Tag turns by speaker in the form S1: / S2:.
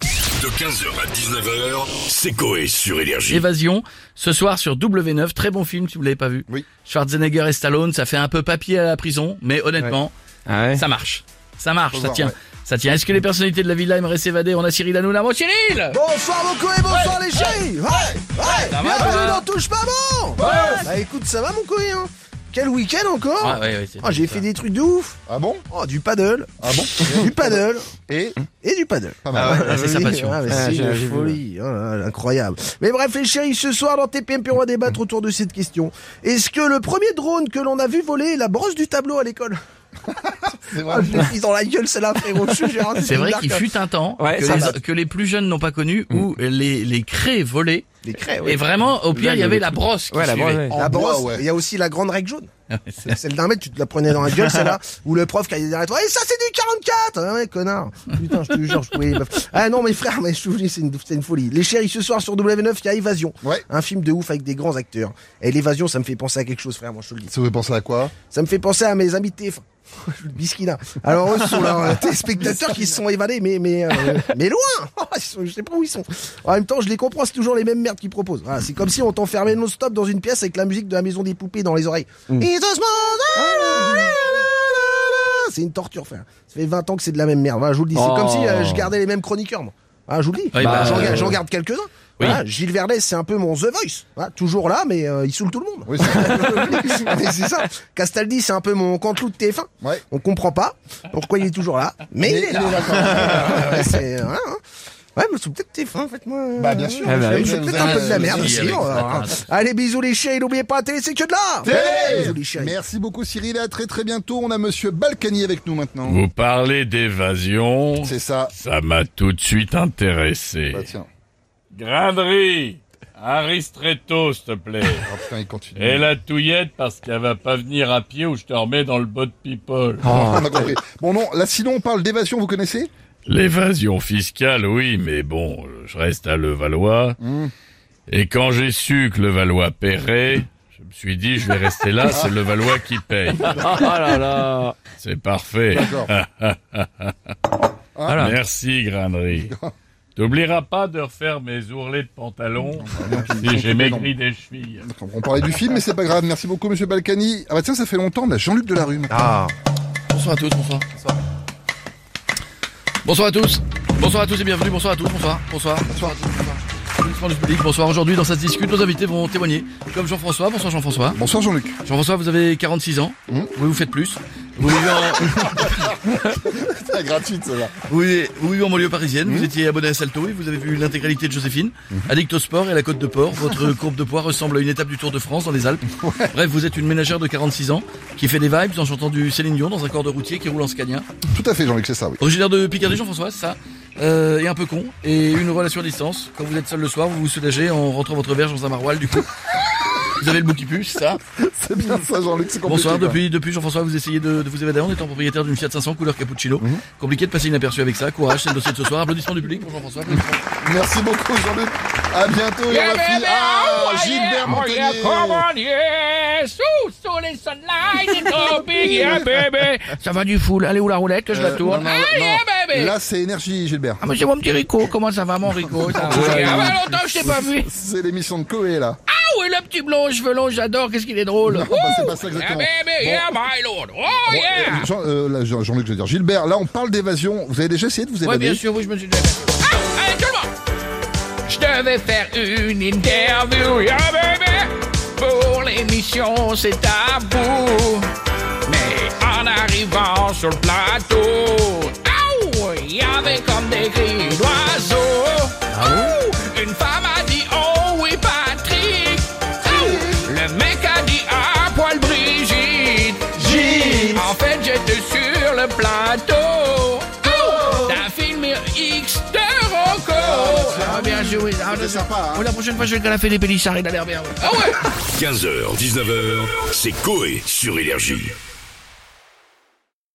S1: De 15h à 19h, c'est Coé sur Énergie.
S2: Évasion, ce soir sur W9, très bon film si vous l'avez pas vu.
S3: Oui.
S2: Schwarzenegger et Stallone, ça fait un peu papier à la prison, mais honnêtement, ça marche. Ça marche,
S3: Faut
S2: ça
S3: voir,
S2: tient.
S3: ouais.
S2: Ça tient. Est-ce que les personnalités de la villa aimeraient s'évader On a Cyril Hanouna. Bon Cyril
S3: Bonsoir mon coué, bonsoir les chéris Ouais, ouais
S2: Ça va,
S3: Bienvenue
S2: toi
S3: dans Touche pas bon Bah écoute, ça va mon coué, hein Quel week-end encore
S2: Ah, ouais, ouais, c'est-
S3: Ah, J'ai fait des trucs de ouf
S4: Ah bon
S3: Oh, du paddle
S4: Ah bon
S3: Du paddle
S4: Et
S3: et du paddle.
S4: Pas mal.
S2: Ah ouais, c'est sa passion.
S3: Ah, mais c'est une folie, Oh là là, incroyable. Mais bref, les chéris, ce soir dans TPMP, on va débattre autour de cette question. Est-ce que le premier drone que l'on a vu voler est la broche du tableau à l'école
S4: C'est
S3: Ah,
S4: vrai.
S3: Je l'ai pris dans la gueule, celle-là, frérot. je te jure, hein,
S2: C'est vrai
S3: une
S2: qu'il
S3: dark-
S2: fut un temps
S5: Ouais,
S2: que,
S5: ça va.
S2: les, que les plus jeunes n'ont pas connu où les, les craies volaient.
S3: Les craies, ouais.
S2: Et vraiment, au pire,
S5: Là,
S2: il
S5: il
S2: y
S5: y
S2: avait
S5: avait
S2: la
S5: tout.
S2: brosse qui
S5: Ouais, la
S2: suivait.
S5: brosse, ouais.
S3: La
S4: En
S3: brosse,
S4: bois, ouais. Ah
S3: il y a aussi la grande règle jaune. Celle d'un mètre, tu te la prenais dans la gueule, celle-là, ou le prof qui allait derrière toi, et ça c'est du 44 Ah ouais, connard Putain, je te jure, je pouvais... Ah non, mais frère, mais je te jure, c'est une, c'est une folie. Les chéris, ce soir sur W9, il y a Évasion.
S4: Ouais.
S3: Un film de ouf avec des grands acteurs. Et l'évasion, ça me fait penser à quelque chose, frère, moi je te le dis.
S4: Ça vous fait penser à quoi
S3: Ça me fait penser à mes amis de TF1. Le Bisquina. Alors eux ce sont leurs euh, téléspectateurs qui se sont évadés, mais mais euh, mais loin. Ils sont- je sais pas où ils sont. En même temps, je les comprends, c'est toujours les mêmes merdes qu'ils proposent. Voilà, c'est comme si on t'enfermait non-stop dans une pièce avec la musique de la maison des poupées dans les oreilles. It's a ah, small- C'est une torture, frère. Ça fait 20 ans que c'est de la même merde. Voilà, je vous le dis. C'est
S5: Oh.
S3: comme si euh, je gardais les mêmes chroniqueurs, moi. Voilà, je vous le dis.
S2: Oui,
S3: Bah,
S2: bah,
S3: j'en,
S2: euh,
S3: garde- j'en garde quelques-uns. Voilà, Gilles Verdès, c'est un peu mon The Voice. Voilà, toujours là, mais euh, il saoule tout le monde.
S4: Oui, c'est
S3: Mais c'est ça. Castaldi, c'est un peu mon canteloup de TF1.
S4: Ouais.
S3: On comprend pas pourquoi il est toujours là, mais, il est là. Ouais, c'est- hein, hein. Ouais, mais c'est peut-être TF1 en fait, moi. Ah
S4: Bah, bien sûr.
S3: Ouais,
S5: bah,
S3: c'est
S4: oui,
S3: peut-être
S4: vous
S3: un peu de la
S4: avez-
S3: merde
S2: Oui,
S3: aussi. hein.
S2: avec
S3: on va
S2: ça.
S3: voir. Allez, bisous les chiens, et n'oubliez pas, télé, c'est que de là Bisous les chiens.
S4: Merci beaucoup Cyril, à très très bientôt. On a Monsieur Balkany avec nous maintenant.
S6: Vous parlez d'évasion,
S4: C'est ça.
S6: ça m'a tout de suite intéressé.
S4: Bah tiens.
S6: Grinderie, un ristretto s'il te plaît.
S4: Ah, putain, il continue.
S6: Et la touillette parce qu'elle va pas venir à pied ou je te remets dans le bot de people.
S4: On a compris. Bon non, là sinon on parle d'évasion, vous connaissez
S6: L'évasion fiscale, oui, mais bon, je reste à Levallois. Et quand j'ai su que Levallois paierait, je me suis dit, je vais rester là, c'est Levallois qui paye.
S5: Oh là là
S6: C'est parfait.
S4: D'accord.
S6: Merci, Grainerie. T'oublieras pas de refaire mes ourlets de pantalon si j'ai maigri des chevilles.
S4: D'accord. On parlait du film, mais c'est pas grave. Merci beaucoup Monsieur Balkany. Ah bah tiens, ça fait longtemps, on a Jean-Luc Delarue. maintenant.
S2: Bonsoir à tous, bonsoir. Bonsoir. à tous. Bonsoir à tous et bienvenue. Bonsoir à tous. Bonsoir. Bonsoir. Bonsoir à tous. Bonsoir. Applaudissements du public. Bonsoir. Aujourd'hui, dans cette discute, nos invités vont témoigner. Comme Jean-François. Bonsoir Jean-François.
S4: Bonsoir Jean-Luc.
S2: Jean-François, vous avez 46 ans. Vous vous faites plus. Vous vivez en,
S4: C'est gratuit ça va.
S2: vous vivez- vous vivez en banlieue parisienne. Vous étiez abonné à Salto et vous avez vu l'intégralité de Joséphine. Addict au sport et à la côte de Port. Votre courbe de poids ressemble à une étape du Tour de France dans les Alpes. Bref, vous êtes une ménagère de 46 ans qui fait des vibes en chantant du Céline Dion dans un corps de routier qui roule en Scania.
S4: Tout à fait Jean-Luc, c'est ça oui.
S2: Originaire de Picardie, Jean-François, c'est ça. Euh, et un peu con. Et une relation à distance. Quand vous êtes seul le soir, vous vous soulagez en rentrant votre verge dans un maroilles, du coup. Vous avez le bout qui pue, c'est ça.
S4: C'est bien ça Jean-Luc, c'est compliqué.
S2: Bonsoir.
S4: quoi.
S2: Depuis, depuis Jean-François, vous essayez de, de vous évader en étant propriétaire d'une Fiat 500 couleur cappuccino.
S4: Mhm.
S2: Compliqué de passer inaperçu avec ça. Courage, c'est le dossier de ce soir. Applaudissements du public pour Jean-François. Applaudissements.
S4: Merci beaucoup Jean-Luc. À bientôt. Et on va finir. Ah, Gilbert Montagnier.
S2: oh, Ça va du full. Allez où la roulette? Je
S4: Euh, non, non, non. Là, c'est énergie, Gilbert.
S2: Ah, monsieur, mon petit Rico. Comment ça va, mon Rico? Ça va Ah, bah, longtemps que je t'ai pas vu.
S4: C'est l'émission de Coé, là.
S2: Ah, oui, le petit blond, cheveux longs, j'adore. Qu'est-ce qu'il est drôle.
S4: Non, bah, c'est pas ça exactement.
S2: Ah,
S4: Bon,
S2: Oh, ben,
S4: bon, euh, Jean, euh, là, Jean- Jean-Luc, je veux dire, Gilbert, là, on parle d'évasion. Vous avez déjà essayé de vous
S2: Ouais,
S4: évader
S2: bien sûr, oui, je me suis Ah,
S7: Allez, tout le monde Je devais faire une interview, yeah, baby Pour l'émission, c'est tabou Mais en arrivant sur le plateau aouh, Il y avait comme des cris d'oiseaux
S2: Ah
S7: Ouh, Une femme a dit oh oui Patrick Ouh, Le mec a dit à poil Brigitte En fait j'étais sur le plateau
S2: Oh.
S7: Ouh, T'as filmé X de Rocco
S2: Ah, bien joué. oui. Ah,
S4: C'était sympa, hein.
S2: oui, la prochaine fois, je vais le canapé des Pélissard, il a l'air bien. oui.
S7: Ah ouais
S1: 15h, 19h, c'est Coé sur Énergie.